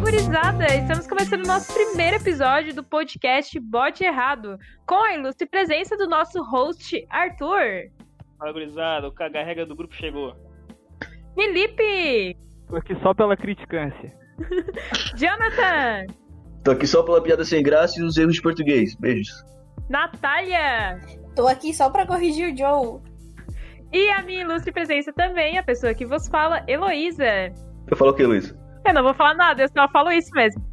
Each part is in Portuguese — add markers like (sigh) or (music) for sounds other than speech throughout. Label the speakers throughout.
Speaker 1: gurizada! Estamos começando o nosso primeiro episódio do podcast Bote Errado, com a ilustre presença do nosso host, Arthur.
Speaker 2: Fala, gurizada, o cagarrega do grupo chegou.
Speaker 1: Felipe!
Speaker 3: Tô aqui só pela criticância.
Speaker 1: Jonathan!
Speaker 4: Tô aqui só pela piada sem graça e os erros de português. Beijos.
Speaker 1: Natália!
Speaker 5: Tô aqui só pra corrigir o Joe.
Speaker 1: E a minha ilustre presença também, a pessoa que vos fala, Heloísa.
Speaker 4: Eu falo o que, Luiz?
Speaker 1: Eu não vou falar nada, eu só falo isso mesmo.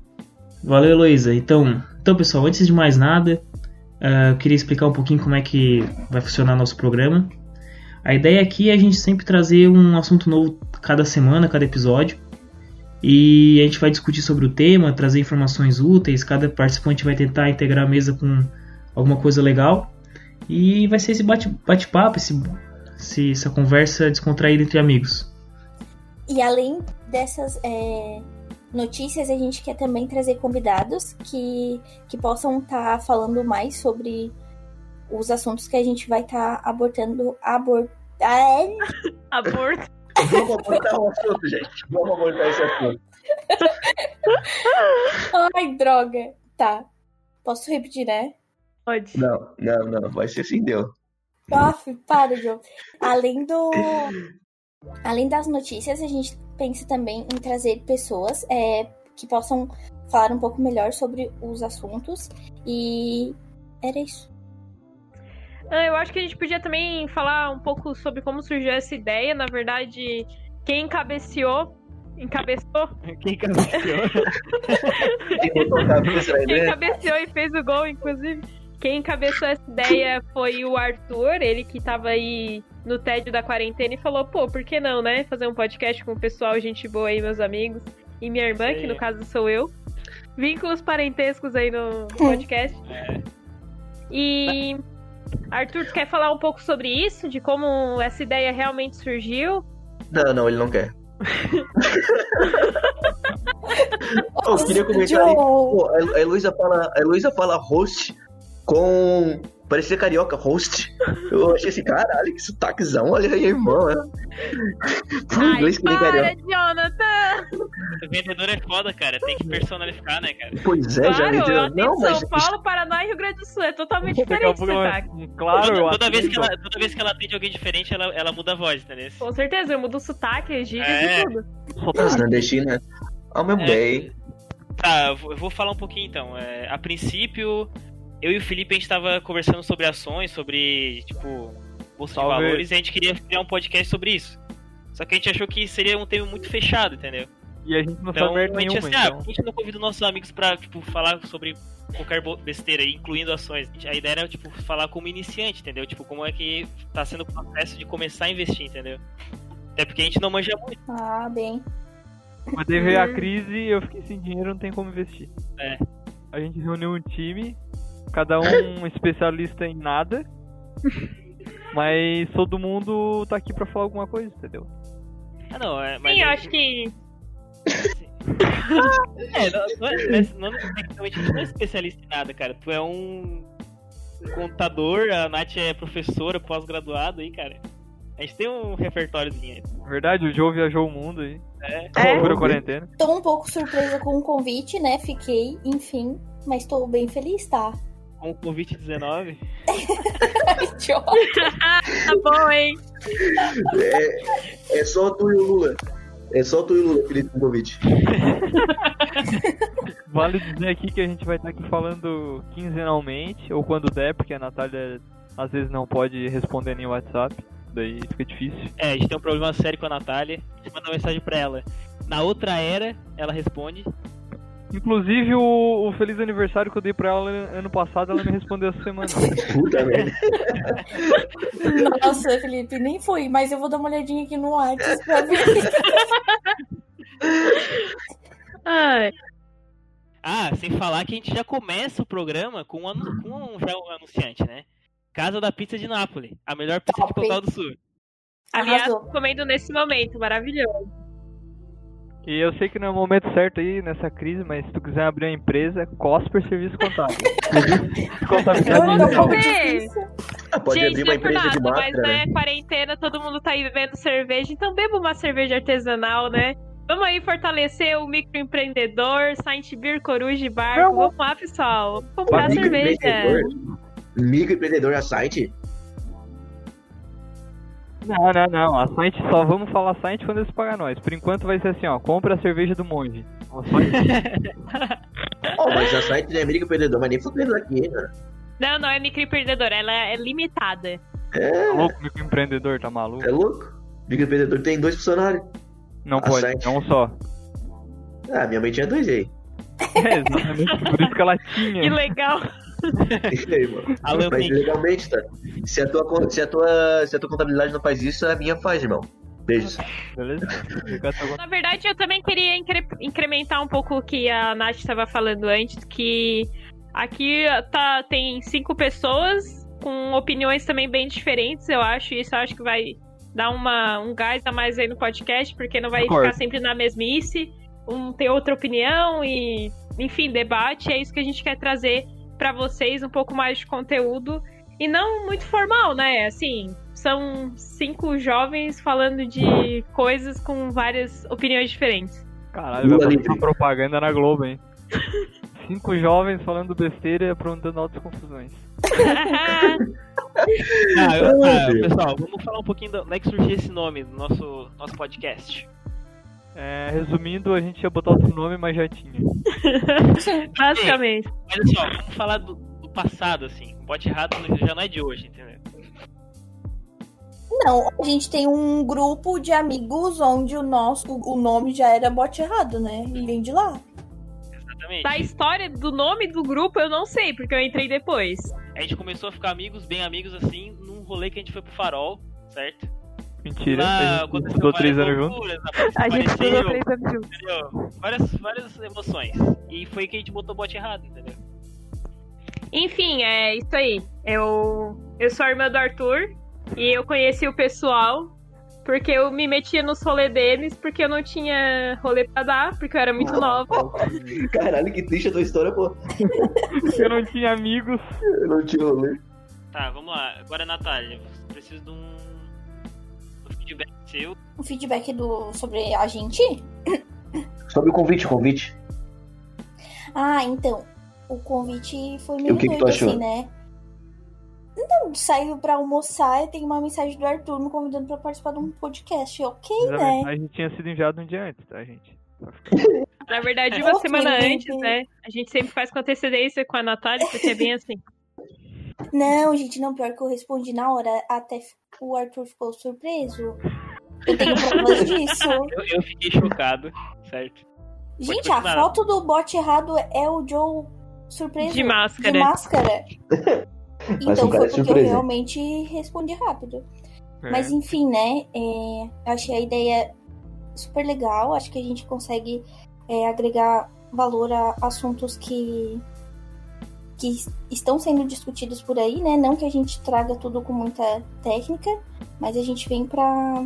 Speaker 6: Valeu, Heloísa. Então, então, pessoal, antes de mais nada, ah, eu queria explicar um pouquinho como é que vai funcionar nosso programa. A ideia aqui é a gente sempre trazer um assunto novo cada semana, cada episódio. E a gente vai discutir sobre o tema, trazer informações úteis. Cada participante vai tentar integrar a mesa com alguma coisa legal. E vai ser esse bate- bate-papo, esse- esse- essa conversa descontraída entre amigos.
Speaker 5: E além dessas é, notícias, a gente quer também trazer convidados que, que possam estar falando mais sobre os assuntos que a gente vai estar abordando. Abor... Ah, é?
Speaker 1: Aborto.
Speaker 4: (laughs) Vamos abortar o assunto, gente. Vamos abortar esse assunto.
Speaker 5: Ai, droga. Tá. Posso repetir, né?
Speaker 1: Pode.
Speaker 4: Não, não, não. Vai ser assim, deu.
Speaker 5: Aff, para, Joe. Além do. Além das notícias, a gente pensa também em trazer pessoas é, que possam falar um pouco melhor sobre os assuntos. E era isso.
Speaker 1: Ah, Eu acho que a gente podia também falar um pouco sobre como surgiu essa ideia. Na verdade, quem encabeceou. Encabeçou?
Speaker 3: Quem cabeceou?
Speaker 4: Quem botou a cabeça aí,
Speaker 1: Quem
Speaker 4: né?
Speaker 1: cabeceou e fez o gol, inclusive. Quem encabeçou essa ideia foi o Arthur, ele que tava aí no tédio da quarentena e falou: pô, por que não, né? Fazer um podcast com o pessoal, gente boa aí, meus amigos. E minha irmã,
Speaker 2: Isso
Speaker 1: que
Speaker 2: aí.
Speaker 1: no caso sou eu. Vínculos parentescos aí no
Speaker 4: (laughs)
Speaker 1: podcast.
Speaker 3: É.
Speaker 1: E. Arthur, tu quer falar um pouco sobre isso? De como essa ideia realmente surgiu?
Speaker 4: Não, não, ele não (laughs) quer. Oh, eu queria comentar ali.
Speaker 5: Joe,
Speaker 4: Pô, a Heloísa fala, a Heloísa fala host com. Parecia carioca, host. Eu achei assim, caralho, que sotaquezão. Olha aí, irmão. É.
Speaker 1: Ai,
Speaker 4: Inglês que nem
Speaker 1: para,
Speaker 4: carioca.
Speaker 1: Jonathan!
Speaker 2: Vendedor é foda, cara. Tem que personalizar, né, cara?
Speaker 4: Pois é, já
Speaker 1: Claro,
Speaker 4: me
Speaker 1: eu
Speaker 4: deu.
Speaker 1: atendo
Speaker 4: Não, mas.
Speaker 1: São Paulo, Paraná e Rio Grande do Sul. É totalmente
Speaker 3: Daqui a
Speaker 1: diferente o
Speaker 3: pouco ela-
Speaker 1: sotaque.
Speaker 3: Claro, eu
Speaker 2: toda, toda vez
Speaker 3: atendo.
Speaker 2: que ela, toda vez que ela atende alguém diferente, ela, ela muda a voz, né, entendeu?
Speaker 1: Com certeza, eu mudo o sotaque, gírias
Speaker 2: É.
Speaker 1: e tudo.
Speaker 4: As nordestinas. né? Ó, meu
Speaker 2: É.
Speaker 4: bem.
Speaker 2: Tá, eu vou- eu vou falar um pouquinho então. É, a princípio, eu e o Felipe a gente tava conversando sobre ações, sobre, tipo, bolsa
Speaker 3: Salve.
Speaker 2: de valores, e a gente queria criar um podcast sobre isso. Só que a gente achou que seria um tema muito fechado, entendeu?
Speaker 3: E a gente não
Speaker 2: Então
Speaker 3: sabe merda
Speaker 2: a gente
Speaker 3: nenhuma,
Speaker 2: assim, ah,
Speaker 3: então.
Speaker 2: por que a gente não convida nossos amigos pra, tipo, falar sobre qualquer bo- besteira, incluindo ações. A ideia era, tipo, falar como iniciante, entendeu? Tipo, como é que tá sendo o processo de começar a investir, entendeu? Até porque a gente não manja muito.
Speaker 5: Ah, bem.
Speaker 3: Mas daí veio
Speaker 1: Hum.
Speaker 3: a crise e eu fiquei sem dinheiro, não tem como investir.
Speaker 2: É.
Speaker 3: A gente reuniu um time, cada um
Speaker 1: (laughs)
Speaker 3: um especialista em nada. Mas todo mundo tá aqui pra falar alguma coisa, entendeu?
Speaker 2: Ah, não, é, mas
Speaker 1: Sim, eu
Speaker 2: aí-
Speaker 1: acho que.
Speaker 2: É, não, não é, mas não, tecnicamente tu não é especialista em nada, cara. Tu é um, um contador, a Nath é professora, pós-graduada aí, cara. A gente tem um repertóriozinho aí.
Speaker 3: Na verdade, o Joe viajou o mundo aí.
Speaker 1: É.
Speaker 3: Segura a quarentena.
Speaker 5: Tô um pouco surpresa com o convite, né? Fiquei, enfim. Mas tô bem feliz, tá? (laughs)
Speaker 2: Com o Covid-19.
Speaker 5: Ai, Joe.
Speaker 1: Tá bom, hein?
Speaker 4: É só tu e o Lula. É só tu e o Lula, Felipe convite.
Speaker 3: Vale dizer aqui que a gente vai estar aqui falando quinzenalmente, ou quando der, porque a Natália às vezes não pode responder nem o WhatsApp. Daí fica difícil.
Speaker 2: É, a gente tem um problema sério com a Natália. A gente manda uma mensagem pra ela. Na outra era, ela responde.
Speaker 3: Inclusive, o, o feliz aniversário que eu dei pra ela ano passado, ela me respondeu essa semana.
Speaker 1: (laughs)
Speaker 4: Puta merda.
Speaker 5: Nossa, Felipe, nem fui, mas eu vou dar uma olhadinha aqui no WhatsApp pra ver.
Speaker 1: Ai,
Speaker 2: Ah, sem falar que a gente já começa o programa com um, anu- com um, já um anunciante, né? Casa da Pizza de Nápoles, a melhor pizza de
Speaker 5: Top.
Speaker 2: Pontal do Sul.
Speaker 1: aliás,
Speaker 5: Arrasou.
Speaker 1: tô comendo nesse momento, maravilhoso.
Speaker 3: E eu sei que não é o momento certo aí nessa crise, mas se tu quiser abrir uma empresa, é Cosper Serviço Contábil. Contabilidade
Speaker 5: Tá um pouco
Speaker 3: industrial.
Speaker 5: difícil.
Speaker 4: Ah, Pode
Speaker 1: Gente,
Speaker 4: abrir
Speaker 1: não é
Speaker 4: uma
Speaker 1: por
Speaker 4: empresa de
Speaker 1: nada, mas é
Speaker 4: máscara. né?
Speaker 1: né, quarentena, todo mundo tá aí bebendo cerveja, então beba uma cerveja artesanal, né? Vamos aí fortalecer o microempreendedor, Saint Beer, Coruja e Barco. Vamos lá, pessoal. Vamos comprar cerveja.
Speaker 4: Microempreendedor? Microempreendedor na site?
Speaker 3: Não, não, não. A Saint só vamos falar Saint quando eles pagar nós. Por enquanto vai ser assim, ó. Compra a cerveja do monge. Ó, só isso.
Speaker 4: Ó, mas a site não é microempreendedor, mas nem fudendo aqui, né?
Speaker 1: Não, não é microempreendedor, ela é limitada.
Speaker 4: (laughs)
Speaker 3: Tá
Speaker 4: É,
Speaker 3: louco, microempreendedor, tá maluco?
Speaker 4: é louco. Microempreendedor tem dois funcionários.
Speaker 3: Não
Speaker 4: a
Speaker 3: pode,
Speaker 4: Saint-
Speaker 3: não só.
Speaker 4: Ah, minha mãe tinha dois aí.
Speaker 3: É, exatamente. Por isso que ela
Speaker 1: (laughs)
Speaker 4: É.
Speaker 1: Que
Speaker 3: tinha.
Speaker 1: legal.
Speaker 4: (laughs) E aí, mano?
Speaker 2: Alan
Speaker 4: Mas
Speaker 2: Pink.
Speaker 4: legalmente, tá? Se a, tua, con- se, a tua, se a tua contabilidade não faz isso, a minha faz, irmão. Beijos.
Speaker 3: Beleza? Fica até agora.
Speaker 1: Na verdade, eu também queria incre- incrementar um pouco o que a Nath estava falando antes, que aqui tá, tem cinco pessoas com opiniões também bem diferentes, eu acho. Isso eu acho que vai dar uma, um gás a mais aí no podcast, porque não vai
Speaker 3: Concordo.
Speaker 1: ficar sempre na mesmice. Um tem outra opinião e, enfim, debate. É isso que a gente quer trazer para vocês, um pouco mais de conteúdo. E não muito formal, né? Assim, são cinco jovens falando de coisas com várias opiniões diferentes. (laughs)
Speaker 3: Caralho,
Speaker 4: Lula
Speaker 3: vai
Speaker 4: livre.
Speaker 3: passar propaganda na Globo, hein? Cinco jovens falando besteira e aprontando altas confusões.
Speaker 2: Ah, eu-
Speaker 4: Meu
Speaker 2: ah,
Speaker 4: Deus.
Speaker 2: pessoal, vamos falar um pouquinho do, como é que surgiu esse nome do nosso, nosso podcast.
Speaker 3: É, resumindo, a gente ia botar outro nome, mas já tinha.
Speaker 1: Basicamente.
Speaker 2: Mas assim, ó, vamos falar do, do passado, assim. O bote errado já não é de hoje, entendeu?
Speaker 5: Não, a gente tem um grupo de amigos onde o nosso o nome já era bote errado, né? E vem de lá.
Speaker 2: Exatamente.
Speaker 1: Da história do nome do grupo, eu não sei, porque eu entrei depois.
Speaker 2: A gente começou a ficar amigos, bem amigos, assim, num rolê que a gente foi pro farol, certo?
Speaker 3: Mentira,
Speaker 2: Lá
Speaker 3: a gente
Speaker 2: Ah, aconteceu
Speaker 3: estudou três
Speaker 2: várias
Speaker 3: anos juntos.
Speaker 2: loucuras, rapaz,
Speaker 1: A gente
Speaker 2: apareceu,
Speaker 1: estudou três anos juntos.
Speaker 2: entendeu? Várias, várias emoções. E foi que a gente botou o bote errado, entendeu?
Speaker 1: Enfim, é isso aí. Eu, eu sou a irmã do Arthur e eu conheci o pessoal porque eu me metia nos rolê deles porque eu não tinha rolê pra dar, porque eu era muito nova.
Speaker 4: (laughs) Caralho, que triste a tua história, pô.
Speaker 3: Eu não tinha amigos.
Speaker 4: Eu não tinha rolê.
Speaker 2: Tá, vamos lá. Agora, Natália, eu preciso de um, um feedback seu.
Speaker 5: O Um feedback do sobre a gente?
Speaker 4: Sobre o convite, o convite.
Speaker 5: Ah, então. O convite foi meio
Speaker 4: o que que tu
Speaker 5: doido,
Speaker 4: achou?
Speaker 5: assim, né? Então, saiu pra almoçar e tem uma mensagem do Arthur me convidando pra participar de um podcast. Ok,
Speaker 3: Mas a
Speaker 5: né?
Speaker 3: mensagem tinha sido enviada um dia antes, tá, gente?
Speaker 1: Na verdade, uma
Speaker 5: Ok,
Speaker 1: semana
Speaker 5: entendi.
Speaker 1: antes, né? A gente sempre faz com antecedência com a Natália, porque é bem assim.
Speaker 5: Não, gente, não. Pior que eu respondi na hora. Até f- o Arthur ficou surpreso. Eu
Speaker 2: (laughs)
Speaker 5: tenho provas disso.
Speaker 2: Eu, eu fiquei chocado, certo?
Speaker 5: Gente, a
Speaker 2: continuar.
Speaker 5: foto do bote errado é o Joe surpreso
Speaker 1: De
Speaker 5: de
Speaker 1: máscara.
Speaker 5: máscara.
Speaker 4: (laughs)
Speaker 5: Então
Speaker 4: o
Speaker 5: foi
Speaker 4: cara é
Speaker 5: porque
Speaker 4: surpreso.
Speaker 5: eu realmente respondi rápido.
Speaker 3: É.
Speaker 5: Mas enfim, né? é, eu achei a ideia super legal. Acho que a gente consegue é, agregar valor a assuntos que, que es- estão sendo discutidos por aí, né? Não que a gente traga tudo com muita técnica, mas a gente vem para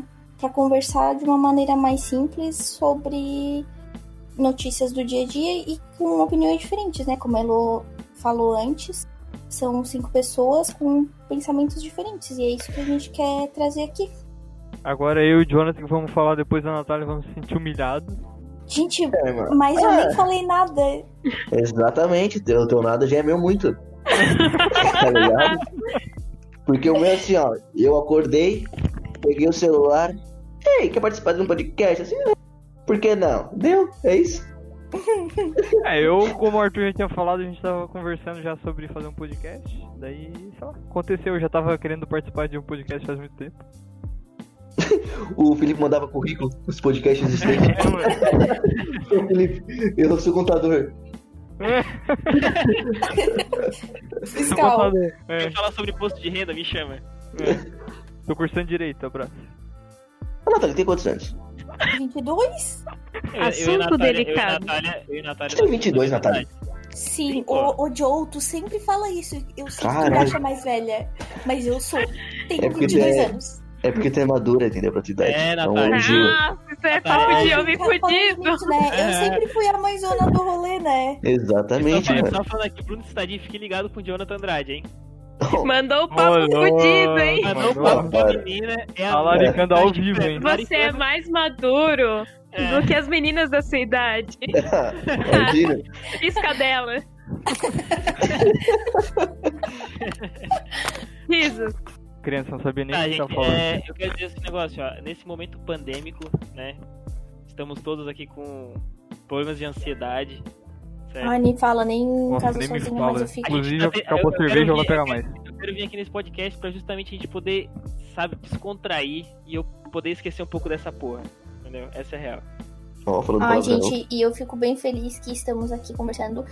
Speaker 5: conversar de uma maneira mais simples sobre notícias do dia a dia e com opiniões diferentes, né? Como a Elo falou antes, são cinco pessoas com pensamentos diferentes e é isso que a gente quer trazer aqui.
Speaker 3: Agora eu e o Jonathan que vamos falar depois da Natália, vamos se sentir humilhados.
Speaker 5: Gente,
Speaker 4: É, mano.
Speaker 5: mas eu
Speaker 4: É.
Speaker 5: nem falei nada.
Speaker 4: Exatamente, o teu, teu nada já é meu muito. (laughs) tá ligado? Porque o meu assim, ó, eu acordei, peguei o celular. Ei, quer participar de um podcast? Assim, não. Por que não? Deu, é isso.
Speaker 3: É, eu, como o Arthur já tinha falado, a gente tava conversando já sobre fazer um podcast. Daí, sei lá, aconteceu, eu já tava querendo participar de um podcast faz muito tempo.
Speaker 4: O Felipe mandava currículo, os podcasts (laughs) existentes.
Speaker 3: É, mano.
Speaker 4: Ô, Felipe, eu sou contador.
Speaker 3: Tô
Speaker 5: Fiscal.
Speaker 3: contador. É,
Speaker 2: Quer falar sobre imposto de renda? Me chama.
Speaker 3: tô cursando direito, abraço.
Speaker 4: Ah, Natália, tem quantos anos?
Speaker 5: 22?
Speaker 2: É, Eu- eu e
Speaker 1: Assunto
Speaker 2: Natália-
Speaker 1: delicado.
Speaker 2: Eu e Natália, eu e Natália
Speaker 4: Você tem 22, Natália?
Speaker 5: Sim,
Speaker 2: Pô.
Speaker 5: o, o Joe, tu sempre fala isso. Eu sei que tu
Speaker 4: Caralho.
Speaker 5: me acha mais velha, mas eu sou. Tenho
Speaker 4: É porque
Speaker 5: 22
Speaker 4: é-
Speaker 5: anos.
Speaker 4: É porque tu é madura, entendeu? Pra tua idade.
Speaker 2: É,
Speaker 4: Então,
Speaker 2: Natália.
Speaker 4: hoje,
Speaker 1: Ah, isso é papo de homem
Speaker 5: Tá falando
Speaker 1: fudido.
Speaker 5: isso, né? Eu
Speaker 2: É.
Speaker 5: sempre fui a maisona do rolê, né?
Speaker 4: Exatamente,
Speaker 2: só,
Speaker 4: mano.
Speaker 2: só falando aqui, Bruno Stadi, fique ligado com o Jonathan Andrade, hein?
Speaker 1: Mandou o papo
Speaker 3: Olá.
Speaker 1: fudido, hein?
Speaker 2: Mas não
Speaker 3: Mandou.
Speaker 2: papo feminina é a
Speaker 3: Alaricando ao vivo, hein?
Speaker 1: Você é mais maduro. do que as meninas da sua idade.
Speaker 2: então.
Speaker 4: (laughs) Imagina.
Speaker 1: Pisca
Speaker 3: (laughs)
Speaker 1: dela. Risos.
Speaker 3: Criança não sabia nem o
Speaker 2: Tá,
Speaker 3: que tava
Speaker 2: gente,
Speaker 3: falando.
Speaker 2: é, eu quero dizer esse negócio, ó. Nesse momento pandêmico, né? Estamos todos aqui com problemas de ansiedade. Certo?
Speaker 5: Ah, nem fala, nem
Speaker 3: Nossa,
Speaker 5: caso
Speaker 3: nem me
Speaker 5: sozinho,
Speaker 3: fala.
Speaker 5: mas eu fico.
Speaker 2: A
Speaker 3: Inclusive,
Speaker 2: gente- eu-
Speaker 3: acabou
Speaker 2: eu
Speaker 3: a
Speaker 2: quero
Speaker 3: cerveja, eu vou
Speaker 2: vir-
Speaker 3: pegar mais.
Speaker 2: Eu quero vir aqui nesse podcast pra justamente a gente poder, sabe, descontrair e eu poder esquecer um pouco dessa porra. Entendeu? Essa é a real.
Speaker 4: Ó, falando
Speaker 5: Ah,
Speaker 4: palavrão.
Speaker 5: gente, e eu fico bem feliz que estamos aqui conversando.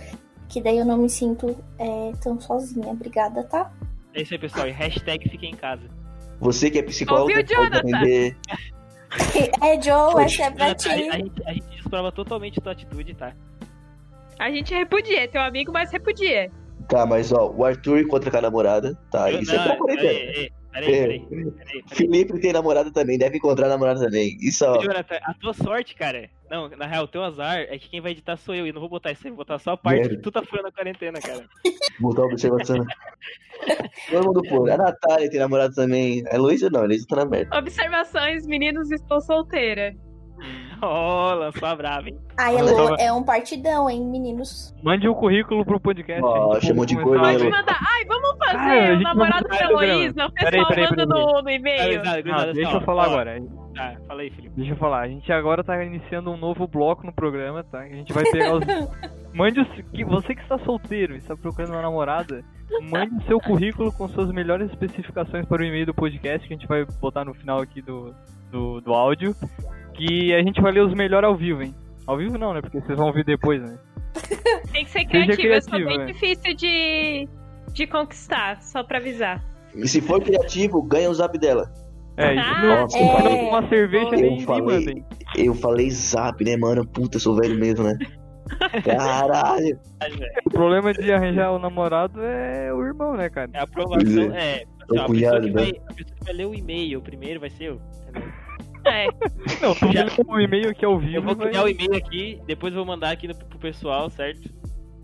Speaker 5: Que daí eu não me sinto é, tão sozinha. Obrigada, tá?
Speaker 2: É isso aí, pessoal. E hashtag fica em casa.
Speaker 4: Você que é psicólogo,
Speaker 1: Ouviu,
Speaker 4: pode
Speaker 1: Jonathan?
Speaker 4: aprender.
Speaker 5: É, Joe, essa é pra
Speaker 2: A,
Speaker 5: ti.
Speaker 2: a- a gente, a gente desprova totalmente tua atitude, tá?
Speaker 1: A gente repudia, é teu amigo, mas repudia.
Speaker 4: Tá, mas ó, o Arthur encontra com a namorada. Tá,
Speaker 2: Eu-
Speaker 4: isso
Speaker 2: não,
Speaker 4: é pra quarentena.
Speaker 2: peraí, peraí, peraí, peraí, peraí, peraí.
Speaker 4: Felipe tem namorada também, deve encontrar namorada também. Isso, ó.
Speaker 2: Jonathan, a tua sorte, cara. Não, na real, o teu azar é que quem vai editar sou eu. E não vou botar isso aí, vou botar só a parte
Speaker 4: Merda.
Speaker 2: que tu tá furando a quarentena, cara. (laughs)
Speaker 4: Botar observação. Todo mundo pôr. A Natália tem namorado também. A Heloísa não, a Heloísa tá na merda.
Speaker 1: Observações, meninos, estou solteira.
Speaker 2: Ó, lançou a brava, hein?
Speaker 5: Ai,
Speaker 3: Eu
Speaker 5: Elô,
Speaker 3: tava-
Speaker 5: é um partidão, hein, meninos?
Speaker 3: Mande o currículo pro podcast.
Speaker 4: Ó,
Speaker 3: a gente
Speaker 4: chamou de né,
Speaker 3: começar
Speaker 4: gordo,
Speaker 3: a-
Speaker 1: Pode
Speaker 4: Elo.
Speaker 1: mandar. Ai, vamos
Speaker 3: Ah, a
Speaker 1: fazer
Speaker 3: gente
Speaker 1: o
Speaker 3: não
Speaker 1: namorado
Speaker 3: vai
Speaker 1: da
Speaker 3: fazer
Speaker 1: Heloísa. O
Speaker 3: Peraí,
Speaker 1: pessoal
Speaker 3: peraí,
Speaker 1: manda
Speaker 3: peraí.
Speaker 1: no, no
Speaker 2: Ah,
Speaker 1: e-mail.
Speaker 2: gurizada, gurizada,
Speaker 3: Não,
Speaker 2: assim,
Speaker 3: deixa
Speaker 2: ó,
Speaker 3: eu falar
Speaker 2: ó,
Speaker 3: agora.
Speaker 2: Tá, fala aí, Felipe.
Speaker 3: Deixa eu falar. A gente agora tá iniciando um novo bloco no programa, tá? A gente vai pegar os. Mande o. que- Você que está solteiro e está procurando uma namorada, mande o seu currículo com suas melhores especificações para o e-mail do podcast, que a gente vai botar no final aqui do, do, do áudio. Que a gente vai ler os melhores ao vivo, hein? Ao vivo não, né? Porque vocês vão ouvir depois, né?
Speaker 1: Tem que ser
Speaker 3: Seja
Speaker 1: criativo, eu sou
Speaker 3: criativo,
Speaker 1: bem
Speaker 3: é.
Speaker 1: difícil de, de conquistar, só pra avisar.
Speaker 4: E se for criativo, ganha o zap dela.
Speaker 3: É,
Speaker 1: Ah,
Speaker 3: isso não,
Speaker 4: Nossa,
Speaker 5: é.
Speaker 3: não uma cerveja
Speaker 1: Eu
Speaker 3: nem em cima,
Speaker 4: falei.
Speaker 3: assim.
Speaker 4: Eu falei zap, né, mano? Puta, eu sou velho mesmo, né? Caralho.
Speaker 2: Ah, velho,
Speaker 3: O problema de arranjar o namorado é o irmão, né, cara?
Speaker 2: É a aprovação,
Speaker 4: Pois
Speaker 2: é.
Speaker 4: Meu
Speaker 2: a, pessoa
Speaker 4: cunhado,
Speaker 2: que
Speaker 4: né?
Speaker 2: vai, a pessoa que vai ler o e-mail primeiro vai ser eu. entendeu?
Speaker 1: É.
Speaker 3: Não, tu
Speaker 2: Já-
Speaker 3: lê o e-mail aqui ao vivo.
Speaker 2: Eu vou
Speaker 3: vai-
Speaker 2: criar o e-mail aqui, depois eu vou mandar aqui no, pro pessoal, certo?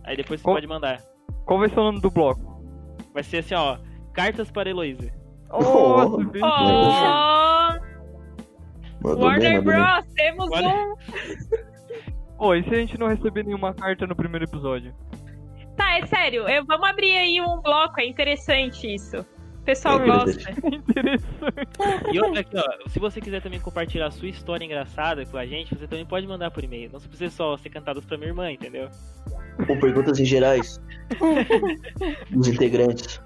Speaker 2: Aí depois você
Speaker 3: Qual-
Speaker 2: pode mandar.
Speaker 3: Qual vai ser o nome do bloco?
Speaker 2: Vai ser assim, ó. Cartas para Heloísa.
Speaker 4: Oh.
Speaker 3: Nossa, bicho.
Speaker 1: Oh,
Speaker 4: Mandou bem,
Speaker 1: Warner
Speaker 4: mandou bem.
Speaker 1: Bros, temos
Speaker 2: Olha.
Speaker 1: um.
Speaker 3: Pô, e se a gente não receber nenhuma carta no primeiro episódio?
Speaker 5: (laughs)
Speaker 1: Tá, é sério, eu- vamos abrir aí um bloco, é interessante isso. O pessoal
Speaker 4: É
Speaker 1: gosta.
Speaker 4: interessante.
Speaker 3: Interessante.
Speaker 2: E outra aqui, ó. Se você quiser também compartilhar a sua história engraçada com a gente, você também pode mandar por e-mail. Não precisa só ser cantadas pra minha irmã, entendeu? É
Speaker 4: Com perguntas em gerais. Dos integrantes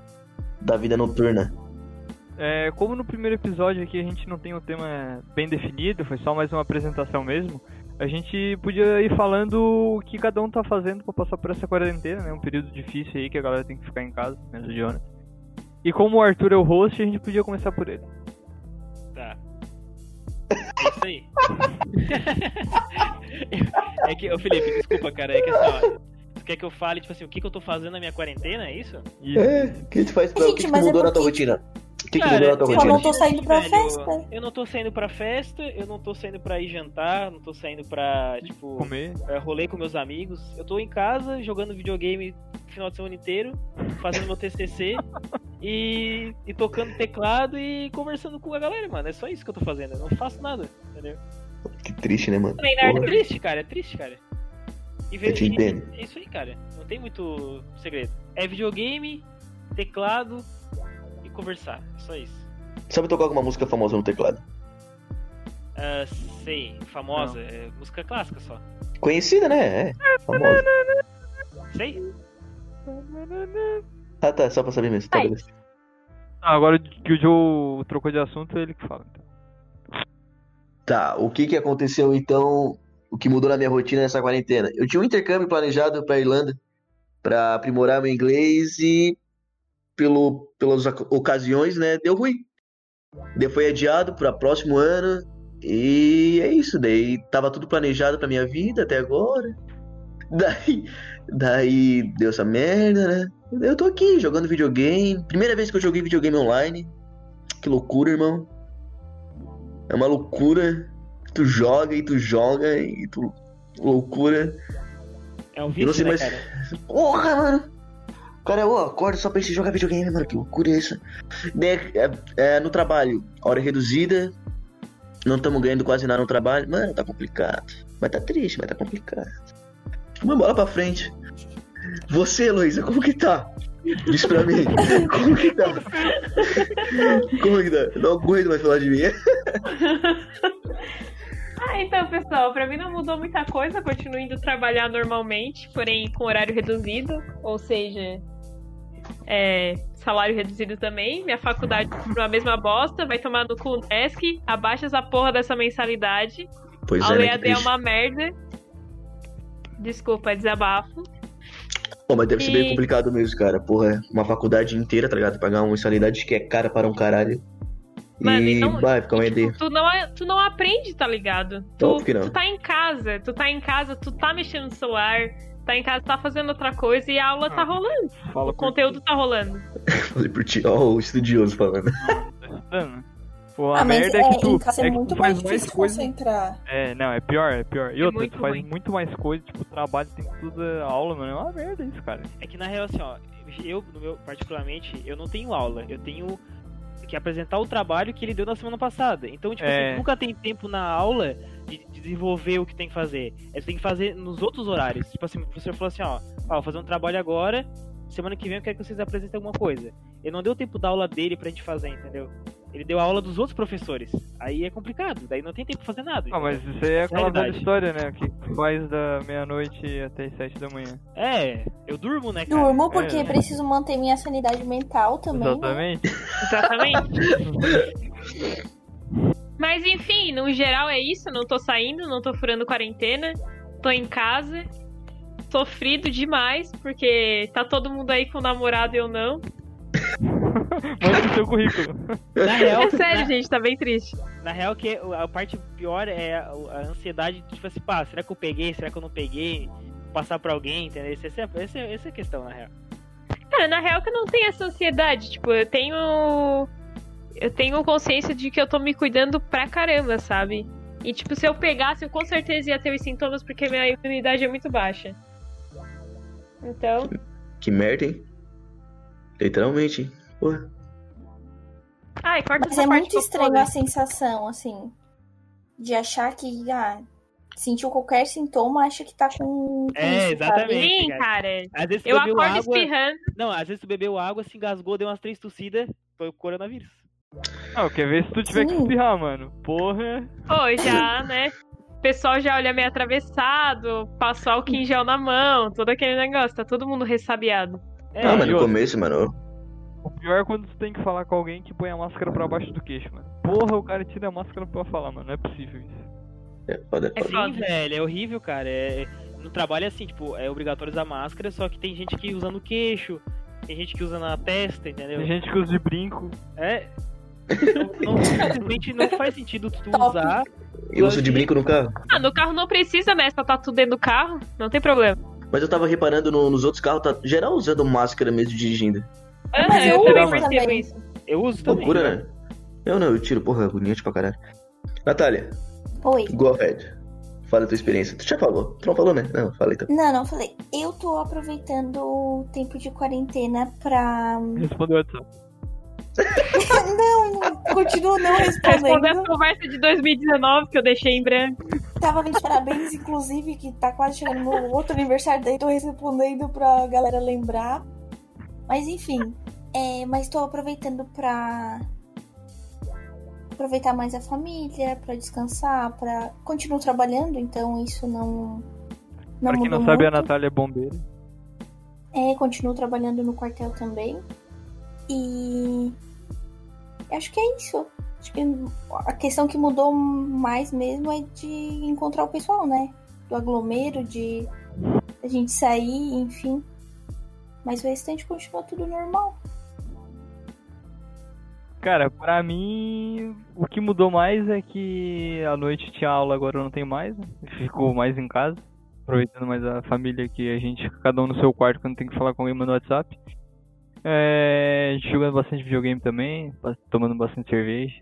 Speaker 4: da vida noturna.
Speaker 3: É, como no primeiro episódio aqui a gente não tem um tema bem definido, foi só mais uma apresentação mesmo, a gente podia ir falando o que cada um tá fazendo pra passar por essa quarentena, né? Um período difícil aí que a galera tem que ficar em casa, menos o Jonas. E como o Arthur é o host, a gente podia começar por ele.
Speaker 2: Tá. É isso aí. (laughs) é que, ô Felipe, desculpa, cara. É que assim, ó. Tu quer que eu fale, tipo assim, o que, que eu tô fazendo na minha quarentena, é isso?
Speaker 3: E-
Speaker 4: É, o que tu faz? pra- O
Speaker 5: Gente,
Speaker 4: que, que
Speaker 5: mas é
Speaker 4: mudou na tua
Speaker 5: porque-
Speaker 4: rotina? O que, que
Speaker 2: Cara,
Speaker 4: mudou na tua
Speaker 5: eu não
Speaker 4: rotina?
Speaker 5: tô saindo pra
Speaker 2: Velho,
Speaker 5: festa.
Speaker 2: Eu não tô saindo pra festa, eu não tô saindo pra ir jantar, não tô saindo pra, tipo,
Speaker 3: comer.
Speaker 2: é, rolê com meus amigos. Eu tô em casa jogando videogame o final de semana inteiro, fazendo meu
Speaker 4: (laughs)
Speaker 2: TCC e, e tocando teclado e conversando com a galera, mano. É só isso que eu tô fazendo, eu não faço nada, entendeu?
Speaker 4: Que triste, né, mano?
Speaker 1: Treinar
Speaker 2: É
Speaker 4: Porra.
Speaker 2: triste, cara, é triste, cara. E ver-
Speaker 4: Eu te
Speaker 2: e-
Speaker 4: entendo.
Speaker 2: É isso aí, cara. Não tem muito segredo. É videogame, teclado e conversar. É só isso.
Speaker 4: Sabe tocar alguma música famosa no teclado?
Speaker 2: Ah, sei, famosa, é música clássica só.
Speaker 4: Conhecida, né? É, famosa.
Speaker 2: Sei?
Speaker 4: Ah, tá, só pra saber mesmo. Tá,
Speaker 1: Ai.
Speaker 4: beleza.
Speaker 3: Ah, agora que o Joe trocou de assunto, é ele que fala. então.
Speaker 4: Tá, o que que aconteceu então? O que mudou na minha rotina nessa quarentena? Eu tinha um intercâmbio planejado pra Irlanda pra aprimorar meu inglês e pelo, pelas oc- ocasiões, né, deu ruim. Daí foi adiado pra próximo ano e é isso. Daí tava tudo planejado pra minha vida até agora. (laughs) Daí, daí deu essa merda, né? Eu tô aqui jogando videogame. Primeira vez que eu joguei videogame online. Que loucura, irmão. É uma loucura. Tu joga e tu joga e tu. Loucura.
Speaker 2: É um
Speaker 4: Eu não
Speaker 2: vício,
Speaker 4: sei
Speaker 2: né,
Speaker 4: mais-
Speaker 2: cara?
Speaker 4: Porra, mano! Cara, eu acordo só pra gente jogar é videogame, mano. Que loucura é isso? Daí, é, é, no trabalho, hora reduzida. Não estamos ganhando quase nada no trabalho. Mano, tá complicado. Mas tá triste, mas tá complicado. Uma bola pra frente. Você, Luísa, como que tá? Diz
Speaker 1: (laughs)
Speaker 4: pra mim. Como que tá? Como que tá? Não aguento mais falar de mim.
Speaker 1: Ah, então, pessoal, pra mim não mudou muita coisa, continuo indo trabalhar normalmente, porém com horário reduzido, ou seja, é, salário reduzido também. Minha faculdade continua a mesma bosta, vai tomar no cu Nesc, abaixa essa porra dessa mensalidade.
Speaker 4: Pois
Speaker 1: a
Speaker 4: é, né?
Speaker 1: OEAD
Speaker 4: que
Speaker 1: é
Speaker 4: triste.
Speaker 1: uma merda. Desculpa, é desabafo.
Speaker 4: Pô, mas deve ser bem
Speaker 1: E-
Speaker 4: complicado mesmo, cara. Porra, é uma faculdade inteira, tá ligado? Pagar uma mensalidade que é cara para um caralho.
Speaker 1: Mano,
Speaker 4: e
Speaker 1: então-
Speaker 4: vai, fica uma
Speaker 1: E, tipo,
Speaker 4: ideia.
Speaker 1: tu, não, tu não aprende, tá ligado?
Speaker 4: Óbvio
Speaker 1: Tu,
Speaker 4: que não.
Speaker 1: tu tá em casa, tu tá em casa, tu tá mexendo no celular, tá em casa, tá fazendo outra coisa e a aula tá
Speaker 3: Ah,
Speaker 1: rolando,
Speaker 3: Fala
Speaker 1: o conteúdo tá rolando.
Speaker 4: Falei por ti. Ó, o estudioso falando.
Speaker 3: Dano. Pô, a
Speaker 5: Ah, mas
Speaker 3: merda é
Speaker 5: é,
Speaker 3: que tu,
Speaker 5: em casa é,
Speaker 3: é que tu
Speaker 5: muito mais
Speaker 3: faz
Speaker 5: difícil
Speaker 3: coisa.
Speaker 5: concentrar.
Speaker 3: É, não, é pior, é pior. E
Speaker 1: É
Speaker 3: outra,
Speaker 1: muito
Speaker 3: tu faz
Speaker 1: ruim.
Speaker 3: muito mais coisa, tipo, trabalho tem tudo, a aula, mano. É uma merda isso, cara.
Speaker 2: É que na real, assim, ó, eu, no meu, particularmente, eu não tenho aula. Eu tenho que apresentar o trabalho que ele deu na semana passada. Então, tipo
Speaker 3: É.
Speaker 2: assim, nunca tem tempo na aula de de desenvolver o que tem que fazer. É, tem que fazer nos outros horários. Tipo assim, o professor falou assim, ó, ó, vou fazer um trabalho agora, semana que vem eu quero que vocês apresentem alguma coisa. Ele não deu tempo da aula dele pra gente fazer, entendeu? Ele deu a aula dos outros professores. Aí é complicado, daí não tem tempo pra fazer nada.
Speaker 3: Ah, mas isso aí é aquela velha
Speaker 2: Realidade.
Speaker 3: história, né? Que tu faz da meia-noite até as sete da manhã.
Speaker 2: É, eu durmo, né, cara?
Speaker 5: Durmo porque
Speaker 3: é.
Speaker 5: preciso manter minha sanidade mental também. né?
Speaker 3: Exatamente.
Speaker 1: Exatamente. Mas enfim, no geral é isso. Não tô saindo, não tô furando quarentena. Tô em casa. Sofrido demais, porque tá todo mundo aí com namorado e eu não.
Speaker 3: Manda o seu currículo.
Speaker 2: Na
Speaker 1: (laughs)
Speaker 2: real,
Speaker 1: É sério, gente, tá bem triste.
Speaker 2: Na real, que a parte pior é a a ansiedade, tipo assim, pá, será que eu peguei? Será que eu não peguei? Vou Passar pra alguém, entendeu? Essa, essa, essa, essa é a questão, na real.
Speaker 1: Cara, na real que eu não tenho essa ansiedade. Tipo, eu tenho. Eu tenho consciência de que eu tô me cuidando pra caramba, sabe? E, tipo, se eu pegasse, eu com certeza ia ter os sintomas, porque minha imunidade é muito baixa. Então.
Speaker 4: Que merda, hein? Literalmente, hein? Porra.
Speaker 1: Ai, corta
Speaker 5: Mas
Speaker 1: essa
Speaker 5: é
Speaker 1: parte
Speaker 5: muito
Speaker 1: que eu
Speaker 5: estranho
Speaker 1: falei.
Speaker 5: a sensação, assim, de achar que ah, sentiu qualquer sintoma, acha que tá com.
Speaker 2: É,
Speaker 5: isso,
Speaker 2: exatamente.
Speaker 5: sabe?
Speaker 1: Sim,
Speaker 2: cara.
Speaker 1: cara.
Speaker 2: Às vezes tu
Speaker 1: Eu
Speaker 2: bebeu
Speaker 1: acordo
Speaker 2: água.
Speaker 1: espirrando.
Speaker 2: Não, às vezes tu bebeu água, se engasgou, deu umas três tossidas, foi o coronavírus.
Speaker 3: Não, quer ver se tu tiver que
Speaker 5: Sim.
Speaker 3: espirrar, mano. Porra.
Speaker 1: Pô, (laughs) já, né? O pessoal já olha meio atravessado, passou álcool em gel na mão, todo aquele negócio. Tá todo mundo ressabiado.
Speaker 2: É,
Speaker 4: Ah, mas
Speaker 3: e
Speaker 4: no
Speaker 3: outra?
Speaker 4: começo, mano.
Speaker 3: O pior é quando tu tem que falar com alguém que põe a máscara pra baixo do queixo, mano. Porra, o cara tira a máscara pra falar, mano. Não é possível isso.
Speaker 4: É foda,
Speaker 1: É
Speaker 4: foda.
Speaker 2: Sim,
Speaker 1: foda.
Speaker 2: velho, é horrível, cara. É, no trabalho é assim, tipo, é obrigatório usar máscara, só que tem gente que usa no queixo, tem gente que usa na testa, entendeu?
Speaker 3: Tem
Speaker 4: Uhum.
Speaker 3: gente que usa de brinco.
Speaker 2: É. Não, não, simplesmente não faz sentido tu
Speaker 5: Top.
Speaker 2: usar.
Speaker 4: Eu uso de
Speaker 2: Lógico.
Speaker 4: brinco no carro.
Speaker 1: Ah, no carro não precisa, né? Só tá tudo dentro do carro, não tem problema.
Speaker 4: Mas eu tava reparando no- nos outros carros, tá geral usando máscara mesmo dirigindo.
Speaker 1: Ah,
Speaker 5: Mas
Speaker 1: eu
Speaker 5: eu
Speaker 1: também
Speaker 5: uso
Speaker 1: percebo
Speaker 5: também.
Speaker 1: isso.
Speaker 2: Eu uso também.
Speaker 4: Loucura, né? Eu não, eu tiro, porra, agoniante pra caralho. Natália,
Speaker 5: Oi.
Speaker 4: go ahead. Fala a tua experiência. Tu já falou. Tu não falou, né? Não, falei então.
Speaker 5: Não, não falei. Eu tô aproveitando o tempo de quarentena pra. hum,
Speaker 3: Respondeu o WhatsApp.
Speaker 5: Continuo não
Speaker 1: Responder as
Speaker 5: respondendo.
Speaker 1: conversas de 2019 que eu deixei em branco.
Speaker 5: Tava de parabéns, inclusive, que tá quase chegando meu outro aniversário, daí tô respondendo pra galera lembrar. Mas enfim, é, mas tô aproveitando pra aproveitar mais a família, pra descansar, pra. Continuo trabalhando, então isso não. Não
Speaker 3: Pra quem
Speaker 5: mudou
Speaker 3: não sabe, a
Speaker 5: Tá muito.
Speaker 3: Natália é bombeira.
Speaker 5: É, continuo trabalhando no quartel também. E acho que é isso. Acho que a questão que mudou mais mesmo é de encontrar o pessoal, né? Do aglomero, de a gente sair, enfim. Mas o restante continua tudo normal.
Speaker 3: Cara, pra mim, o que mudou mais é que à noite tinha aula, agora não tem mais. né? Ficou mais em casa, aproveitando mais a família que a gente, fica cada um no seu quarto, quando tem que falar com alguém, manda WhatsApp. É, a gente jogando bastante videogame também, ba- tomando bastante cerveja,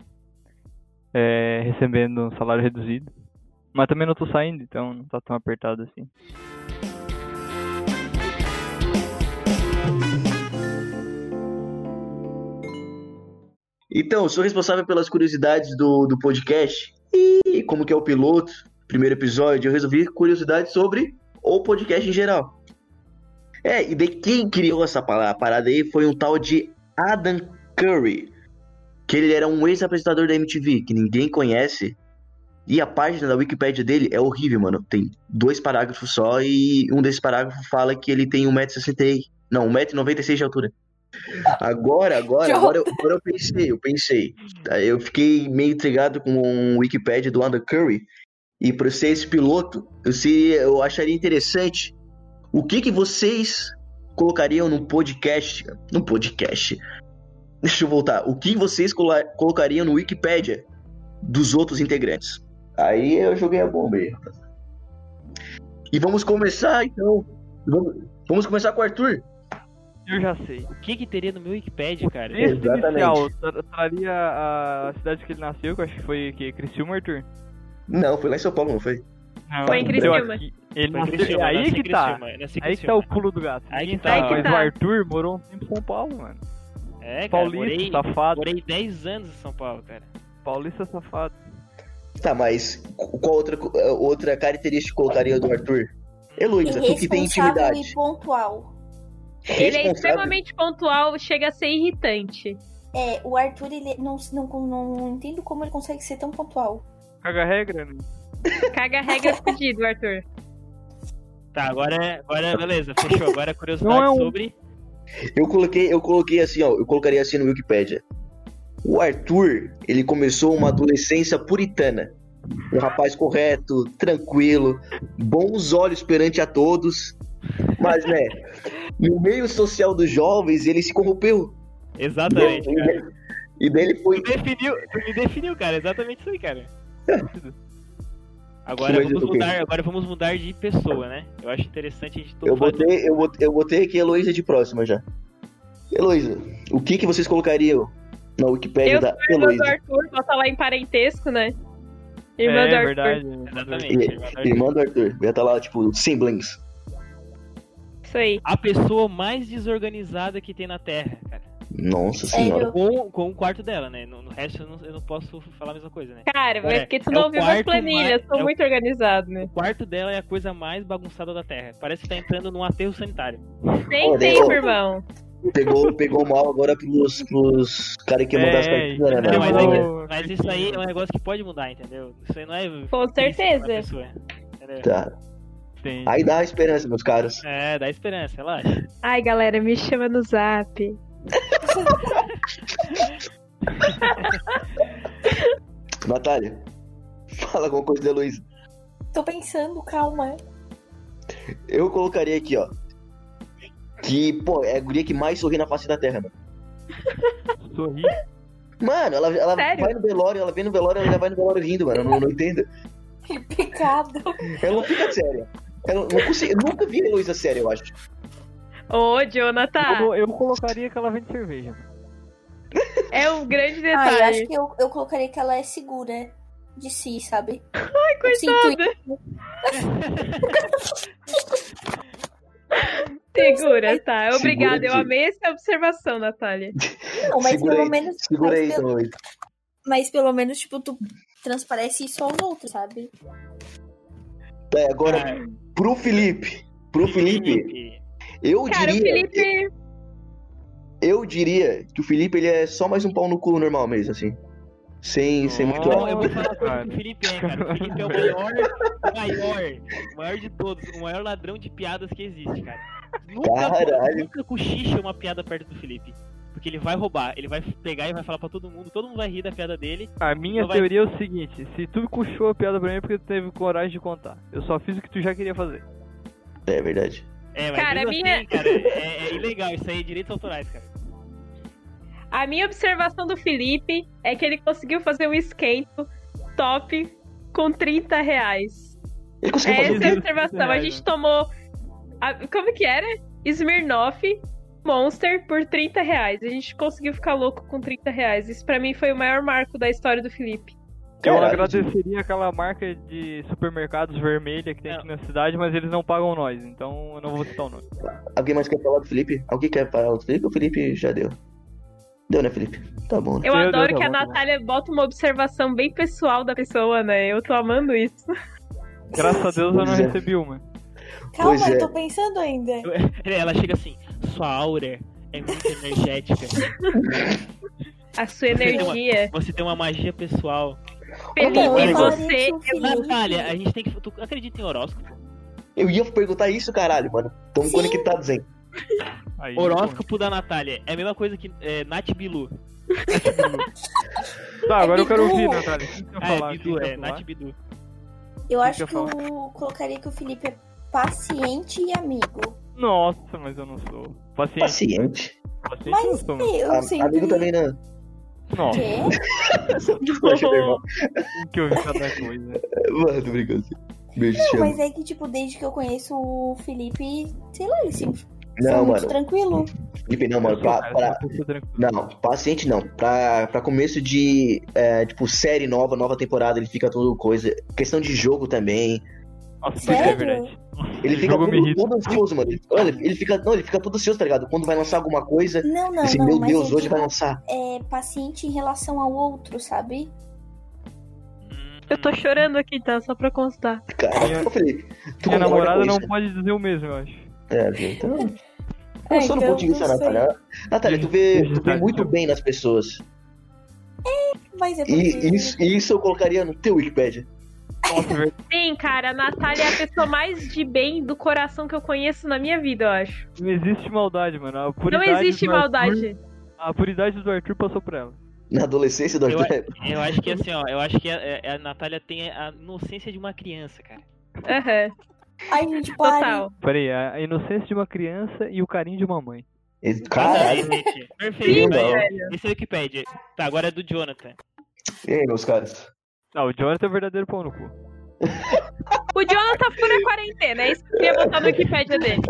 Speaker 3: é, recebendo um salário reduzido. Mas também não tô saindo, então não tá tão apertado assim.
Speaker 4: Então, eu sou responsável pelas curiosidades do, do podcast. E como que é o piloto, primeiro episódio, eu resolvi curiosidades sobre o podcast em geral. É, e de quem criou essa pala- parada aí foi um tal de Adam Curry, que ele era um ex-apresentador da MTV, que ninguém conhece. E a página da Wikipédia dele é horrível, mano. Tem dois parágrafos só e um desses parágrafos fala que ele tem 1,60m. Não, 1,96m de altura. Agora, agora,
Speaker 5: Que
Speaker 4: agora eu, agora eu pensei, eu pensei. Tá, Eu fiquei meio intrigado com o Wikipedia do Adam Curry. E pra ser esse piloto, eu, se, eu acharia interessante o que, que vocês colocariam num podcast? Num podcast. Deixa eu voltar. O que vocês cola- colocariam no Wikipédia dos outros integrantes? Aí eu joguei a bomba aí. rapaz. E vamos começar então. Vamos, vamos começar com o Arthur.
Speaker 3: Eu já sei.
Speaker 2: O que que teria no meu Wikipedia, cara?
Speaker 4: Esse-
Speaker 3: Lista
Speaker 4: Exatamente.
Speaker 3: inicial, tra- traria a cidade que ele nasceu, que eu acho que foi que Criciúma, Arthur?
Speaker 4: Não, foi lá em São Paulo, não foi?
Speaker 3: Não,
Speaker 1: Foi em Criciúma.
Speaker 3: Ele
Speaker 2: Foi em
Speaker 3: nasceu,
Speaker 2: Criciúma,
Speaker 3: aí
Speaker 2: nasci em
Speaker 3: que tá.
Speaker 2: Criciúma, nasci em
Speaker 3: Aí que tá
Speaker 2: Criciúma.
Speaker 3: o pulo do gato.
Speaker 2: Aí que
Speaker 3: Ninguém
Speaker 2: tá.
Speaker 3: sabe,
Speaker 1: Aí que
Speaker 3: mas
Speaker 1: tá.
Speaker 3: o Arthur morou um tempo em São Paulo, mano.
Speaker 2: É, cara,
Speaker 3: Paulista, tá
Speaker 2: morei,
Speaker 3: safado.
Speaker 2: morei 10 anos em São Paulo, cara.
Speaker 3: Paulista safado.
Speaker 4: Tá, mas qual outra, co- outra característica colocaria do Arthur? Heloísa, tu é, que tem
Speaker 5: Irresponsável
Speaker 4: intimidade.
Speaker 5: e pontual.
Speaker 1: é Ele é
Speaker 4: Responsável?
Speaker 1: extremamente pontual, chega a ser irritante.
Speaker 5: É, o Arthur, ele não, não, não entendo como ele consegue ser tão pontual.
Speaker 3: Caga regra, né?
Speaker 1: Caga (laughs) regra fudido, Arthur.
Speaker 2: Tá, agora, agora beleza, fechou. Agora curiosidade
Speaker 3: Não é um-
Speaker 2: sobre.
Speaker 4: Eu coloquei, eu coloquei assim, ó, eu colocaria assim no Wikipedia. O Arthur, ele começou uma adolescência puritana. Um rapaz correto, tranquilo, bons olhos perante a todos. Mas, né, no meio social dos jovens, ele se corrompeu.
Speaker 2: Exatamente,
Speaker 4: é um-
Speaker 2: cara.
Speaker 4: E daí ele foi.
Speaker 2: Tu definiu, tu me definiu, cara. Exatamente isso aí, cara. Agora
Speaker 4: Mas eu
Speaker 2: vamos
Speaker 4: tô com-
Speaker 2: mudar, agora vamos mudar de pessoa, né? Eu acho interessante a gente
Speaker 4: Eu
Speaker 2: falar de-
Speaker 4: botei, eu botei, eu botei aqui a Heloísa de próxima já. Heloísa, o que, que vocês colocariam na Wikipédia
Speaker 1: Eu
Speaker 4: da
Speaker 1: Irmã do
Speaker 4: Heloísa?
Speaker 1: Arthur, bota lá em parentesco, né? Irmã
Speaker 3: é,
Speaker 1: do Arthur.
Speaker 3: verdade.
Speaker 2: Exatamente.
Speaker 4: Irmã do Arthur. Ia estar lá, tipo, siblings.
Speaker 1: Isso aí.
Speaker 2: A pessoa mais desorganizada que tem na Terra, cara.
Speaker 4: Nossa
Speaker 1: É,
Speaker 4: senhora.
Speaker 5: Sério.
Speaker 2: Com, com o quarto dela, né? No, no resto eu não, eu não posso falar a mesma coisa, né?
Speaker 1: Cara, mas
Speaker 2: É,
Speaker 1: porque tu
Speaker 2: é
Speaker 1: não
Speaker 2: o
Speaker 1: viu minhas
Speaker 2: quarto
Speaker 1: planilhas,
Speaker 2: mais-
Speaker 1: sou
Speaker 2: é o-
Speaker 1: muito organizado, né?
Speaker 2: O quarto dela é a coisa mais bagunçada da Terra. Parece que tá entrando num aterro sanitário.
Speaker 1: Tem
Speaker 4: Ô,
Speaker 1: tempo,
Speaker 4: Deus.
Speaker 1: irmão.
Speaker 4: Pegou, pegou mal agora pros, pros caras que mandam as
Speaker 3: É,
Speaker 4: cartinhas, né?
Speaker 2: Não, mas,
Speaker 4: mano?
Speaker 2: é que-
Speaker 3: Ô,
Speaker 2: mas isso aí é um negócio que pode mudar, entendeu? Isso aí não é.
Speaker 1: Com certeza.
Speaker 2: isso pra pessoa, entendeu?
Speaker 4: Tá.
Speaker 3: Tem.
Speaker 4: Aí dá uma esperança, meus caros.
Speaker 2: É, dá esperança, relaxa.
Speaker 1: Ai, galera, me chama no zap.
Speaker 4: Natália, (laughs) fala alguma coisa da Luísa.
Speaker 5: Tô pensando, calma. (laughs)
Speaker 4: Eu colocaria aqui, ó. Que, pô, é a guria que mais sorri na face da Terra, mano.
Speaker 3: Sorri.
Speaker 4: Mano, ela, ela
Speaker 1: Sério?
Speaker 4: vai no velório, ela vem no velório, ela já vai no velório rindo, mano. Eu não, não entendo.
Speaker 5: Que pecado.
Speaker 4: Ela não fica séria. Ela não consigo, eu nunca vi a Heloísa séria, eu acho.
Speaker 1: Ô, Jonathan,
Speaker 2: Ah.
Speaker 3: Eu, eu colocaria que ela vende cerveja.
Speaker 1: é um grande
Speaker 5: Ah, eu acho
Speaker 1: detalhe.
Speaker 5: que eu, eu colocaria que ela é segura de si, sabe?
Speaker 1: Ai,
Speaker 5: Eu sinto
Speaker 1: (laughs) coitada. Segura, tá. Obrigada, eu
Speaker 4: Segura-te.
Speaker 1: amei essa observação, Natália.
Speaker 5: Não, mas
Speaker 4: segura
Speaker 5: pelo
Speaker 4: aí,
Speaker 5: menos.
Speaker 4: segura
Speaker 5: mas
Speaker 4: aí,
Speaker 5: pelo-
Speaker 4: então, Heloísa.
Speaker 5: mas pelo menos, tipo, tu transparece isso aos outros, sabe?
Speaker 4: Tá, e agora,
Speaker 2: É.
Speaker 4: pro Felipe. Pro Felipe,
Speaker 2: Felipe.
Speaker 4: eu
Speaker 1: Cara, o
Speaker 4: diria.
Speaker 1: Felipe.
Speaker 4: Eu diria que o Felipe ele é só mais um pau no cu normal mesmo, assim. Sem, sem muito
Speaker 3: Nossa.
Speaker 2: Bom, eu vou falar uma coisa que
Speaker 3: Cara.
Speaker 2: o Felipe é, cara. O Felipe é o maior, o maior, o maior de todos, o maior ladrão de piadas que existe, cara. Nunca,
Speaker 4: Caralho.
Speaker 2: nunca cochicha uma piada perto do Felipe. Porque ele vai roubar, ele vai pegar e vai falar pra todo mundo, todo mundo vai rir da piada dele.
Speaker 3: A minha
Speaker 2: Então vai-
Speaker 3: teoria é o seguinte: se tu puxou a piada pra mim é porque tu teve coragem de contar. Eu só fiz o que tu já queria fazer.
Speaker 4: É verdade.
Speaker 2: É, mas
Speaker 1: Cara,
Speaker 2: mesmo
Speaker 1: a
Speaker 2: assim,
Speaker 1: minha-
Speaker 2: cara, é, é ilegal isso aí, direitos autorais, cara.
Speaker 1: A minha observação do Felipe é que ele conseguiu fazer um esquento top com 30 reais.
Speaker 4: Ele conseguiu
Speaker 1: Essa é a
Speaker 4: fazer.
Speaker 3: Deus,
Speaker 1: observação. A
Speaker 3: reais,
Speaker 1: gente
Speaker 3: né?
Speaker 1: tomou. a- como que era? Smirnoff Monster por 30 reais. A gente conseguiu ficar louco com 30 reais. Isso pra mim foi o maior marco da história do Felipe.
Speaker 3: Eu
Speaker 4: Caralho,
Speaker 3: agradeceria aquela marca de supermercados vermelha que tem aqui na cidade, mas eles não pagam nós, então eu não vou citar o nome.
Speaker 4: Alguém mais quer falar do Felipe? Alguém quer falar do Felipe? O Felipe já deu. Deu, né, Felipe? Tá bom. né?
Speaker 1: Eu
Speaker 3: Meu
Speaker 1: adoro
Speaker 3: Deus,
Speaker 1: que a
Speaker 3: tá bom, tá bom.
Speaker 1: Natália bota uma observação bem pessoal da pessoa, né? Eu tô amando isso.
Speaker 3: Graças a Deus eu não
Speaker 4: Pois é.
Speaker 3: recebi uma.
Speaker 7: Calma,
Speaker 4: Pois é.
Speaker 7: eu tô pensando ainda.
Speaker 2: Ela chega assim, sua aura é muito energética.
Speaker 1: A sua energia.
Speaker 2: Você tem uma magia pessoal.
Speaker 1: Felipe,
Speaker 2: Olha,
Speaker 1: você.
Speaker 5: eu falaria que o
Speaker 2: Natália, a
Speaker 5: Felipe-
Speaker 2: gente tem que. Tu acredita em horóscopo?
Speaker 4: Eu ia perguntar isso, caralho, mano. Tamo
Speaker 5: Sim.
Speaker 4: conectados, hein?
Speaker 3: Aí,
Speaker 2: Horóscopo da Natália é a mesma coisa que é, Nath Bilu.
Speaker 3: pô. Tá, agora eu quero
Speaker 7: é Bidu.
Speaker 3: ouvir, Natália. O que que eu
Speaker 2: Ah, é,
Speaker 3: falar? O que
Speaker 2: Bidu,
Speaker 3: que
Speaker 2: é,
Speaker 3: eu
Speaker 2: Nath
Speaker 3: falar?
Speaker 2: Bidu.
Speaker 5: Eu acho
Speaker 3: que
Speaker 5: que
Speaker 3: eu
Speaker 5: eu colocaria que o Felipe é paciente e amigo.
Speaker 2: tipo-
Speaker 3: Nossa, mas eu não sou. Paciente,
Speaker 4: Paciente.
Speaker 3: paciente eu
Speaker 7: Mas
Speaker 3: sou. mano.
Speaker 7: eu
Speaker 4: Hum, A-
Speaker 7: sempre...
Speaker 4: amigo também, né?
Speaker 3: Nossa,
Speaker 5: Quê?
Speaker 4: Poxa, meu irmão.
Speaker 3: o que eu vi cada coisa.
Speaker 4: Mano, tô brincando. Beijo, te
Speaker 7: Não,
Speaker 4: amo.
Speaker 7: mas é que, tipo, desde que eu conheço o Felipe, sei lá, ele sempre foi
Speaker 4: Não,
Speaker 7: muito
Speaker 4: mano.
Speaker 7: tranquilo.
Speaker 4: Felipe, não, mano.
Speaker 3: Eu sou, um
Speaker 4: Pra,
Speaker 3: cara,
Speaker 4: pra-
Speaker 3: eu sou tranquilo.
Speaker 4: Não, paciente não. Pra, pra começo de, é, tipo, série nova, nova temporada, ele fica tudo coisa. Questão de jogo também.
Speaker 3: Nossa, isso é
Speaker 7: Sério?
Speaker 3: verdade. Nossa,
Speaker 4: Ele
Speaker 3: esse
Speaker 4: fica
Speaker 3: jogo me
Speaker 4: todo,
Speaker 3: irrita.
Speaker 4: todo ansioso, mano. Ele, olha, ele fica, não, ele fica todo ansioso, tá ligado? Quando vai lançar alguma coisa,
Speaker 7: Não, não,
Speaker 4: assim,
Speaker 7: Ah, não.
Speaker 4: meu
Speaker 7: mas é eu
Speaker 4: Deus, hoje
Speaker 7: digo,
Speaker 4: vai lançar.
Speaker 5: tipo,
Speaker 7: é paciente em relação ao outro, sabe?
Speaker 1: Eu tô chorando aqui, tá? Só pra constar.
Speaker 4: Cara,
Speaker 3: Minha-
Speaker 4: eu falei, tu concorda
Speaker 3: Minha namorada
Speaker 4: com
Speaker 3: não
Speaker 4: isso?
Speaker 3: pode dizer o mesmo, eu acho.
Speaker 4: É, viu? Então,
Speaker 7: É,
Speaker 4: eu só não
Speaker 5: Ah,
Speaker 7: então,
Speaker 4: vou te dizer,
Speaker 7: não sei.
Speaker 4: Natália. Natália, tu vê, tu vê
Speaker 3: Verdade,
Speaker 4: muito
Speaker 3: eu-
Speaker 4: bem nas pessoas.
Speaker 7: Mas é porque...
Speaker 4: E isso, isso eu colocaria no teu Wikipedia.
Speaker 3: Nossa, verdade.
Speaker 1: Sim, cara, a Natália é a pessoa mais de bem do coração que eu conheço na minha vida, eu acho.
Speaker 3: Não existe maldade, mano. A
Speaker 1: Não
Speaker 3: puridade
Speaker 1: existe
Speaker 3: do Arthur-
Speaker 1: maldade.
Speaker 3: a puridade do Arthur passou pra ela.
Speaker 4: Na adolescência do
Speaker 2: Eu-
Speaker 4: Arthur.
Speaker 2: Eu acho que assim, ó, eu acho que a, a- a Natália tem a inocência de uma criança, cara.
Speaker 1: Aham,
Speaker 7: Ai, gente, para.
Speaker 1: total.
Speaker 3: Peraí, a inocência de uma criança e o carinho de uma mãe.
Speaker 4: Ele- Caralho.
Speaker 2: Perfeito,
Speaker 1: Sim,
Speaker 2: perfeito.
Speaker 4: Legal.
Speaker 2: vai.
Speaker 1: velho.
Speaker 2: Esse é o Wikipedia. Tá, agora é do Jonathan.
Speaker 4: E aí, meus caras?
Speaker 3: Não, o Jonathan é o verdadeiro pau no cu.
Speaker 1: O Jonathan fura a quarentena, é isso que eu queria botar no Wikipédia dele.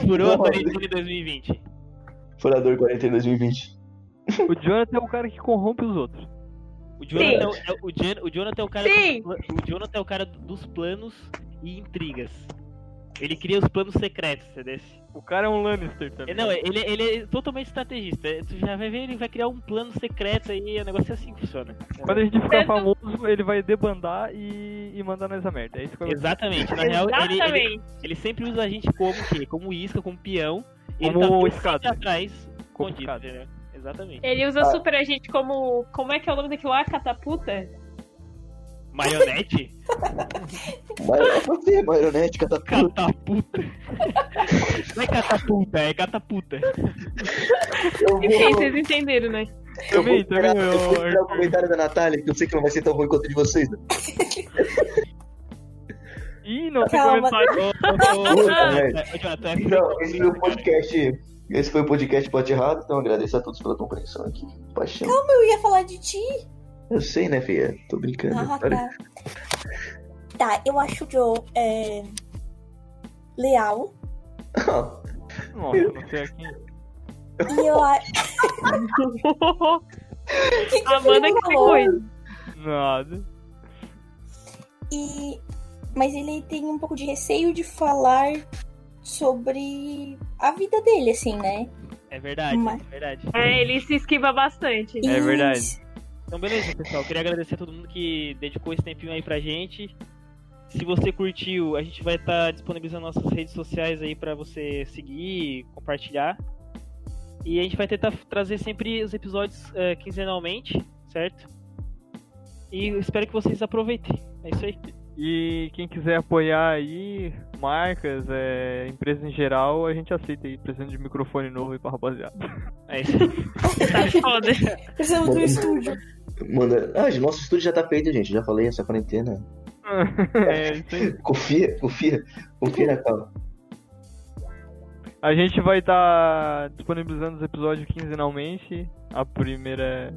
Speaker 2: Furou a
Speaker 4: Nossa.
Speaker 2: quarentena em 2020.
Speaker 4: Furador 40 em 2020.
Speaker 3: O Jonathan é o cara que corrompe os outros.
Speaker 2: O Jonathan, é o- é, o, Jan- o Jonathan é o cara.
Speaker 1: Sim.
Speaker 2: dos pla- O Jonathan é o cara dos planos e intrigas. Ele cria os planos secretos, entendeu?
Speaker 3: O cara é um Lannister também.
Speaker 2: Não, ele, ele é totalmente estrategista. Tu já vai ver, ele vai criar um plano secreto aí, o negócio é assim que funciona.
Speaker 3: Quando a gente
Speaker 1: Tanto-
Speaker 3: ficar famoso, ele vai debandar e, e mandar nós a merda. É isso que eu
Speaker 2: Exatamente. Na real, ele, ele,
Speaker 1: Exatamente.
Speaker 2: Ele sempre usa a gente como o quê? Como isca, como peão. E
Speaker 3: Como
Speaker 2: ele tá
Speaker 3: escada.
Speaker 2: sempre atrás,
Speaker 3: Como
Speaker 2: escondido,
Speaker 3: escada.
Speaker 2: entendeu? né? Exatamente.
Speaker 1: Ele usa super a gente como. Como é que é o nome daquilo lá? Catapulta?
Speaker 2: Marionete?
Speaker 1: (laughs)
Speaker 4: Mas né, você, marionete, catapulta.
Speaker 2: Catapulta. (laughs) Não é catapulta, é catapulta.
Speaker 4: Eu
Speaker 2: Uhum.
Speaker 1: Enfim,
Speaker 4: vou,
Speaker 1: vocês entenderam, né?
Speaker 2: (laughs)
Speaker 4: eu vou
Speaker 3: Também, também,
Speaker 4: esperar, eu vou
Speaker 3: eu-
Speaker 4: esperar o comentário da Natália, que eu sei que não vai ser tão ruim quanto o de vocês. né?
Speaker 3: Ih, não tem
Speaker 7: Calma.
Speaker 3: comentário.
Speaker 2: Ô, ô, ô,
Speaker 4: Puta, velho.
Speaker 2: Jonathan, ô, Jonathan, é
Speaker 4: Então,
Speaker 2: filho
Speaker 4: esse
Speaker 2: de
Speaker 4: foi o
Speaker 2: Deus, cara.
Speaker 4: podcast. Esse foi o podcast Pote Errado, então agradeço a todos pela compreensão aqui. Paixão.
Speaker 7: Eu ia falar de ti.
Speaker 4: Eu sei, né, filha? Tô brincando.
Speaker 7: Ah,
Speaker 4: Olha,
Speaker 7: tá. Tá, eu acho o Joe é, leal.
Speaker 4: Não,
Speaker 3: Nossa, não sei aqui.
Speaker 7: E eu acho. que que o
Speaker 1: Amanda
Speaker 7: Felipe
Speaker 1: que se
Speaker 7: falou?
Speaker 2: Uhum.
Speaker 1: cuida.
Speaker 3: Nada.
Speaker 7: E... Mas ele tem um pouco de receio de falar sobre a vida dele, assim, né?
Speaker 2: É verdade,
Speaker 7: Mas-
Speaker 2: é verdade.
Speaker 1: É, ele se esquiva bastante.
Speaker 7: E-
Speaker 3: verdade.
Speaker 2: Então, beleza, pessoal. Eu Queria agradecer a todo mundo que dedicou esse tempinho aí pra gente. Se você curtiu, a gente vai estar disponibilizando nossas redes sociais aí pra você seguir, compartilhar. E a gente vai tentar trazer sempre os episódios eh, quinzenalmente, certo? E eu espero que vocês aproveitem. É isso aí.
Speaker 3: E quem quiser apoiar aí, marcas, é, empresas em geral, a gente aceita aí, precisando de microfone novo aí pra rapaziada.
Speaker 2: É isso aí.
Speaker 1: Tá foda.
Speaker 7: Precisamos do estúdio.
Speaker 4: (laughs) Manda... Ah, gente, nosso estúdio já tá feito, gente. Já falei, essa quarentena.
Speaker 3: (laughs) é isso aí.
Speaker 4: Confia, confia. Confia na calma.
Speaker 3: A gente vai estar disponibilizando os episódios quinzenalmente. A primeira.
Speaker 2: (laughs)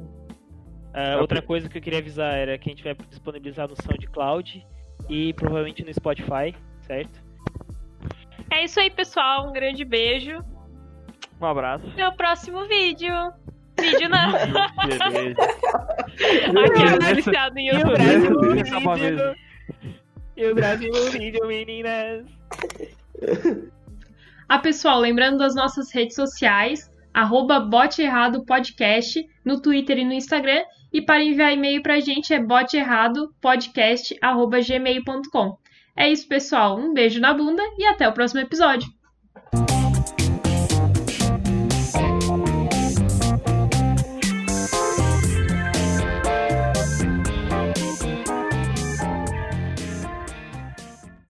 Speaker 3: é-
Speaker 2: Ah, outra coisa que eu queria avisar era que a gente vai disponibilizar no SoundCloud e provavelmente no Spotify, certo?
Speaker 1: É isso aí, pessoal. Um grande beijo.
Speaker 3: Um abraço.
Speaker 1: Até o próximo vídeo. Vídeo não.
Speaker 3: Beleza.
Speaker 1: (laughs) Aqui
Speaker 3: Beleza.
Speaker 1: anunciado em
Speaker 2: E o
Speaker 1: YouTube.
Speaker 2: Brasil
Speaker 3: Brasil
Speaker 2: unido.
Speaker 3: acaba mesmo.
Speaker 2: E o Brasil (laughs) unido, meninas.
Speaker 8: Ah, pessoal, lembrando das nossas redes sociais,
Speaker 1: arroba boteerradopodcast no Twitter e no Instagram. E para enviar e-mail pra gente é boteerradopodcast.gmail.com. É isso, pessoal. Um beijo na bunda e até o próximo episódio.